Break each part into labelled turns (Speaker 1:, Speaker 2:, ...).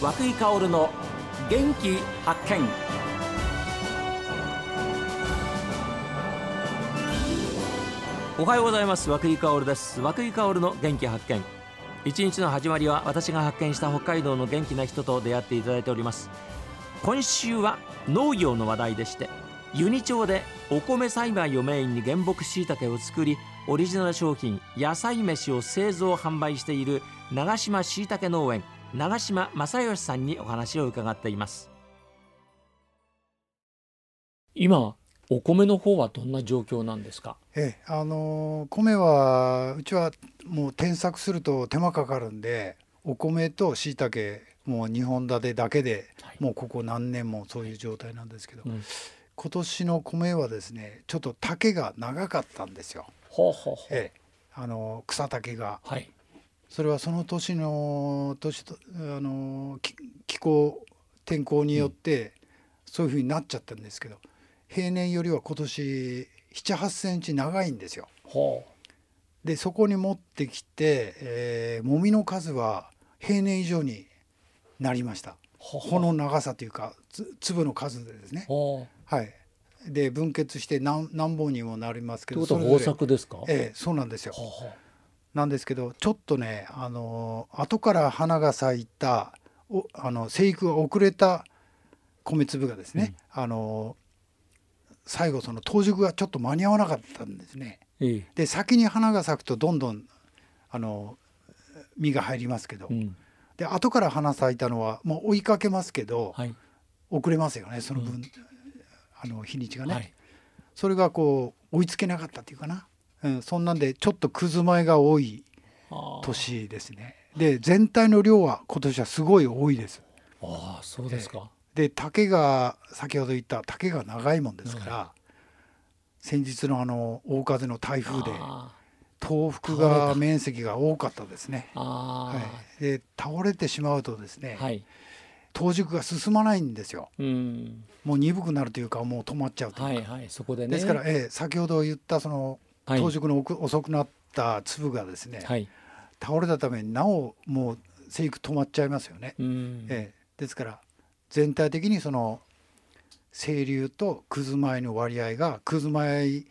Speaker 1: 和久井薫の元気発見おはようございます和久井薫です和久井薫の元気発見一日の始まりは私が発見した北海道の元気な人と出会っていただいております今週は農業の話題でしてユニ町でお米栽培をメインに原木しいたけを作りオリジナル商品野菜飯を製造販売している長島しいたけ農園長島正義さんにお話を伺っています
Speaker 2: 今お米の方はどんな状況なんですか
Speaker 3: ええ、あのー米はうちはもう添削すると手間かかるんでお米としいたけもう2本立てだけで、
Speaker 2: はい
Speaker 3: もうここ何年もそういう状態なんですけど、
Speaker 2: うん
Speaker 3: 今年の米はですねちょっと丈が長かったんですよ、
Speaker 2: ほうほうほう
Speaker 3: ええ、あのー草丈が
Speaker 2: はい
Speaker 3: それはその年の年と、あのーき気候天候によってそういうふうになっちゃったんですけど平年よりは今年78センチ長いんですよ。
Speaker 2: ほ
Speaker 3: でそこに持ってきて、えー、もみの数は平年以上になりました
Speaker 2: うほう
Speaker 3: 穂の長さというかつ粒の数でですね
Speaker 2: ほう
Speaker 3: はいで分結して何何本にもなりますけ
Speaker 2: という
Speaker 3: ど
Speaker 2: ことは
Speaker 3: それ
Speaker 2: 豊
Speaker 3: ぞれ
Speaker 2: 作ですか
Speaker 3: ええそうなんですよ
Speaker 2: ほうほう
Speaker 3: なんですけどちょっとねあのー後から花が咲いたおあの生育が遅れた米粒がですね、あのー最後その当熟がちょっと間に合わなかったんですね。
Speaker 2: ええ
Speaker 3: で先に花が咲くとどんどんあの実が入りますけど、
Speaker 2: うん
Speaker 3: で後から花咲いたのはもう追いかけますけど、
Speaker 2: はい
Speaker 3: 遅れますよねその分、
Speaker 2: う
Speaker 3: あの日にちがね、
Speaker 2: はい
Speaker 3: それがこう追いつけなかったっていうかな、うん、そんなんでちょっとくず前が多い
Speaker 2: あー
Speaker 3: 年ですねで全体の量は今年はすごい多いです
Speaker 2: あーそうですか
Speaker 3: で竹が先ほど言った竹が長いもんですから、先日のあの大風の台風で
Speaker 2: あ
Speaker 3: 東北
Speaker 2: 倒れ
Speaker 3: が
Speaker 2: た
Speaker 3: 面積が多かったですね
Speaker 2: ーあ
Speaker 3: はい、で倒れてしまうとです
Speaker 2: ー
Speaker 3: ね、
Speaker 2: はい
Speaker 3: 当熟が進まないんですよ
Speaker 2: うん
Speaker 3: もう鈍くなるというかもう止まっちゃうというか、
Speaker 2: はいはいそこでね
Speaker 3: ですから、ええ先ほど言ったその
Speaker 2: はい
Speaker 3: 当熟の遅遅くなった粒がですね、
Speaker 2: はい
Speaker 3: 倒れたためになおもう生育止まっちゃいますよね、
Speaker 2: うん
Speaker 3: ええですから全体的にその清流とくず米の割合がくず米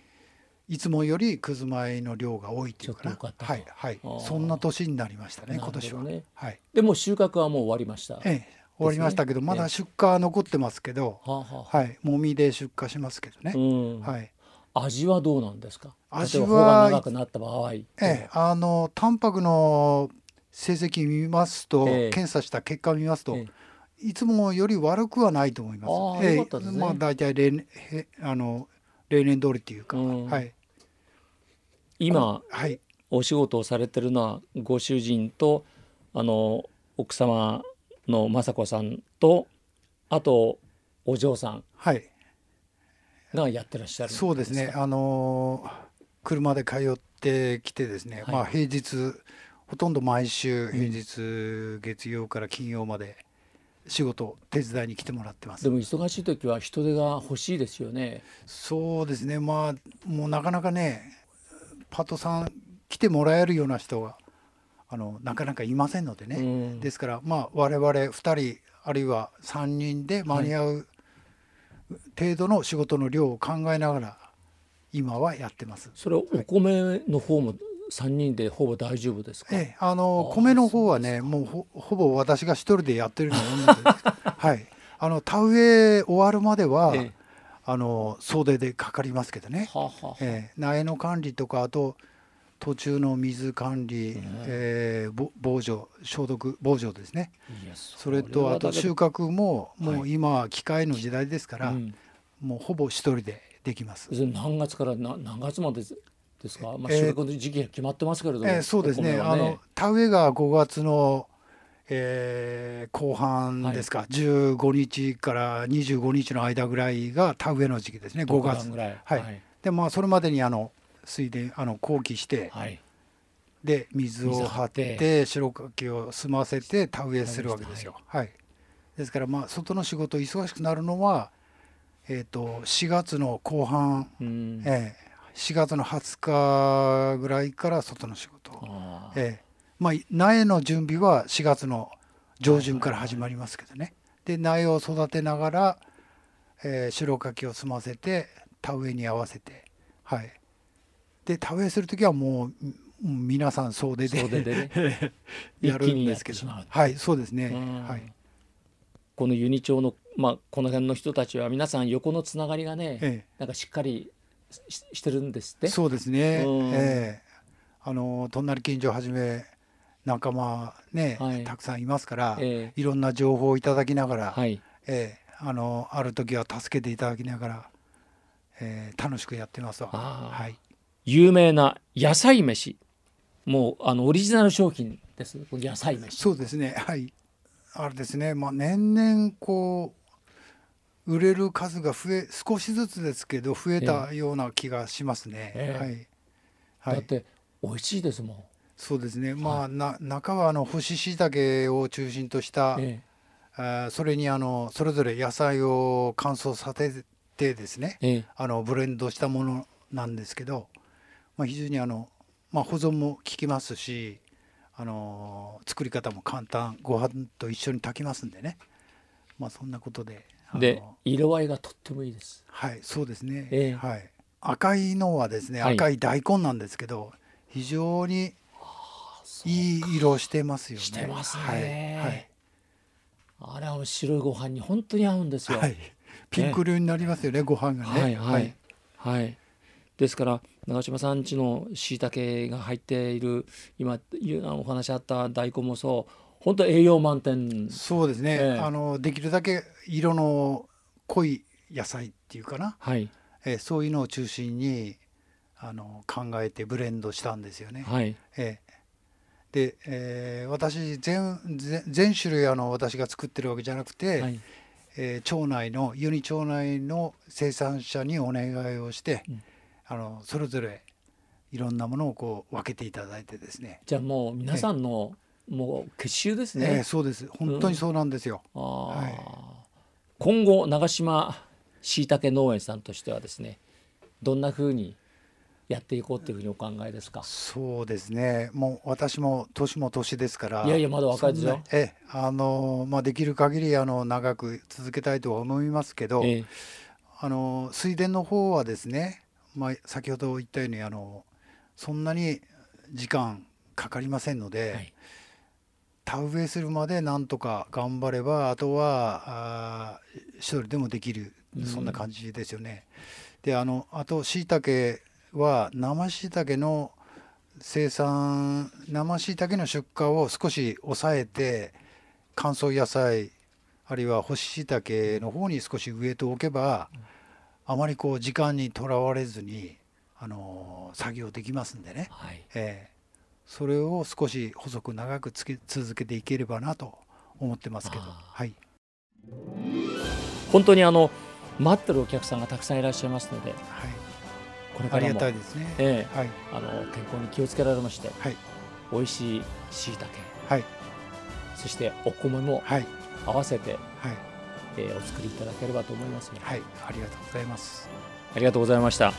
Speaker 3: いつもよりくず米の量が多いっていうかな
Speaker 2: ちょっと多か
Speaker 3: は
Speaker 2: っ
Speaker 3: いはい
Speaker 2: あー
Speaker 3: そんな年になりました
Speaker 2: なる
Speaker 3: ね今
Speaker 2: ほど
Speaker 3: 年は、
Speaker 2: ね
Speaker 3: はい
Speaker 2: でも収穫はもう終わりました
Speaker 3: ええ、終わりましたけど、
Speaker 2: ですね
Speaker 3: ま
Speaker 2: え
Speaker 3: だ
Speaker 2: え
Speaker 3: 出荷は残ってますけど、
Speaker 2: はあはあ
Speaker 3: はい、もみで出荷しますけどね、
Speaker 2: うん
Speaker 3: はい、
Speaker 2: 味はどうなんですか
Speaker 3: 味
Speaker 2: 例えば穂が
Speaker 3: は
Speaker 2: 長くなった場合え
Speaker 3: ええ、あのタンパクの成績見ますと、
Speaker 2: ええ
Speaker 3: 検査した結果見ますと、
Speaker 2: え
Speaker 3: いつもより悪くはないと思います。
Speaker 2: ああよかったですね
Speaker 3: まあ大体例年へあの例年通りっていうか、
Speaker 2: うん
Speaker 3: はい、
Speaker 2: 今
Speaker 3: はい、
Speaker 2: お仕事をされてるのはご主人とあの奥様の雅子さんとあとお嬢さん
Speaker 3: はい、
Speaker 2: がやってらっしゃるんか
Speaker 3: そうですね。あの車で通ってきてですね、
Speaker 2: はい
Speaker 3: まあ平日ほとんど毎週平日月曜から金曜まで仕事手伝いに来てもらってます
Speaker 2: で。も忙しい時は人手が欲しいですよね
Speaker 3: そうですね。まあもうなかなかね、パートさん来てもらえるような人があのなかなかいませんのでね。
Speaker 2: うん
Speaker 3: ですからまあ我々2人あるいは3人で間に合う程度の仕事の量を考えながら今はやってます。
Speaker 2: それお米の方も3人でほぼ大丈夫ですか、
Speaker 3: ええ、あの
Speaker 2: ああ
Speaker 3: 米の方はねもうほほぼ私が一人でやってるのなのではい あの田植え終わるまでは、
Speaker 2: ええ
Speaker 3: あの総出でかかりますけどね、
Speaker 2: はあはあはあ
Speaker 3: ええ、苗の管理とかあと途中の水管理、ええぼ防除消毒防除ですね
Speaker 2: いや
Speaker 3: それとあと収
Speaker 2: 穫
Speaker 3: 穫もも
Speaker 2: は
Speaker 3: う今機械の時代ですから、
Speaker 2: うん
Speaker 3: もうほぼ一人でできます。
Speaker 2: それ何月からな何月までですですか、まあ、
Speaker 3: え
Speaker 2: 収穫の時期が決まってますけれども、
Speaker 3: えーそうですね
Speaker 2: お米は
Speaker 3: あの田植えが5月の、えー後半ですか、15日から25日の間ぐらいが田植えの時期ですね5
Speaker 2: 五月
Speaker 3: 月
Speaker 2: ぐらい
Speaker 3: はい、
Speaker 2: はい
Speaker 3: でまあそれまでにあの水田あの後期して、
Speaker 2: はい
Speaker 3: で水を張っ
Speaker 2: 水張
Speaker 3: て
Speaker 2: って
Speaker 3: 白かきを済ませて田植えするわけですよ。はい、ですからまあ外の仕事忙しくなるのは、えー、と4月の後半、
Speaker 2: うん
Speaker 3: えー4月の20日ぐらいから外の仕事を
Speaker 2: あー
Speaker 3: ええまあ、苗の準備は4月の上旬から始まりますけどね。で苗を育てながら、えー白柿を済ませて田植えに合わせてはい。で田植えする時はもううん皆さん総出で
Speaker 2: 総出でね
Speaker 3: やるんですけ
Speaker 2: 一気
Speaker 3: ど
Speaker 2: にやってしまう
Speaker 3: はいそうですね
Speaker 2: うん
Speaker 3: はい、
Speaker 2: このユニ町の、まあ、この辺の人たちは皆さん横のつながりがね、
Speaker 3: え
Speaker 2: なんかしっかりししてるんですって
Speaker 3: え、そうですね、
Speaker 2: うん
Speaker 3: ええあの隣近所はじめ仲間ね、
Speaker 2: はい
Speaker 3: たくさんいますから、
Speaker 2: え
Speaker 3: いろんな情報をいただきながら、
Speaker 2: えはい
Speaker 3: ええあのある時は助けていただきながら、ええ楽しくやってますわ。
Speaker 2: あー
Speaker 3: はい、
Speaker 2: 有名な野菜飯もうあのオリジナル商品ですこの野菜飯
Speaker 3: そうですね、はい、あれですね、まあ、年々こう売れる数が増え少しずつですけど増えたような気がしますね。
Speaker 2: ええ
Speaker 3: はい、
Speaker 2: だ
Speaker 3: は
Speaker 2: っ
Speaker 3: い、
Speaker 2: て美味しいですもん、
Speaker 3: そうですね、まあ、な中はあの干し椎茸を中心とした、
Speaker 2: え
Speaker 3: あーそれにあのそれぞれ野菜を乾燥させてですね、
Speaker 2: えええ
Speaker 3: あのブレンドしたものなんですけど、まあ、非常にあの、まあ、保存も効きますしあの作り方も簡単ご飯と一緒に炊きますんでね、まあ、そんなことであの
Speaker 2: で色合いがとってもいいです
Speaker 3: はいそうですね、
Speaker 2: ええ
Speaker 3: はい、赤いのはですね
Speaker 2: はい
Speaker 3: 赤い大根なんですけど、非常にいい色をしてますよね。
Speaker 2: してます
Speaker 3: はいはい
Speaker 2: ね、あれは白いご飯に本当に合うんですよ
Speaker 3: はい、ピンク色になりますよね、ご飯がね。
Speaker 2: はいはい、はいですから長嶋さん家のしいたけが入っている今いうあのお話あった大根もそう本当栄養満点
Speaker 3: そうですね、
Speaker 2: ええ
Speaker 3: あのできるだけ色の濃い野菜っていうかな、
Speaker 2: はい
Speaker 3: えーそういうのを中心にあの考えてブレンドしたんですよね。
Speaker 2: はい
Speaker 3: ええで、えー私全全全種類あの私が作ってるわけじゃなくて、
Speaker 2: はい
Speaker 3: えー町内のユニ町内の生産者にお願いをして、
Speaker 2: うん
Speaker 3: あのそれぞれいろんなものをこう分けていただいてですね。
Speaker 2: じゃあもう皆さんのもう結集です
Speaker 3: えー
Speaker 2: ね、
Speaker 3: そうです本当にそうなんですよ。
Speaker 2: ああ
Speaker 3: はい
Speaker 2: 今後長嶋しいたけ農園さんとしてはですねどんなふうにやっていこうというふうにお考えですか
Speaker 3: そうですね。もう私も年も年ですから。
Speaker 2: いやいやまだ若いですよ
Speaker 3: そんなええ、あのまあできる限りあの長く続けたいとは思いますけど、
Speaker 2: ええ
Speaker 3: あの水田の方はですね、まあ先ほど言ったようにあのそんなに時間かかりませんので、
Speaker 2: はい
Speaker 3: 田植えするまでなんとか頑張ればあとはあー一人でもできる
Speaker 2: うん
Speaker 3: そんな感じですよね。であのあとしいたけは生しいたけの生産生しいたけの出荷を少し抑えて乾燥野菜あるいは干ししいたけの方に少し植えておけばあまりこう時間にとらわれずに、あのー作業できますんでね。
Speaker 2: はい
Speaker 3: ええそれを少し細く長くつけ続けていければなと思ってますけど、
Speaker 2: あ
Speaker 3: はい、
Speaker 2: 本当にあの待ってるお客さんがたくさんいらっしゃいますので
Speaker 3: はい、
Speaker 2: これか
Speaker 3: あり
Speaker 2: ら
Speaker 3: が
Speaker 2: も
Speaker 3: たいですね。
Speaker 2: ええ
Speaker 3: はい、
Speaker 2: あの健康に気をつけられまして、
Speaker 3: はい、
Speaker 2: 美味しいしいたけ
Speaker 3: はい、
Speaker 2: そしてお米も
Speaker 3: はい、
Speaker 2: 合わせて、
Speaker 3: はい、
Speaker 2: えーお作りいただければと思いますね、
Speaker 3: はい、ありがとうございます。
Speaker 2: ありがとうございました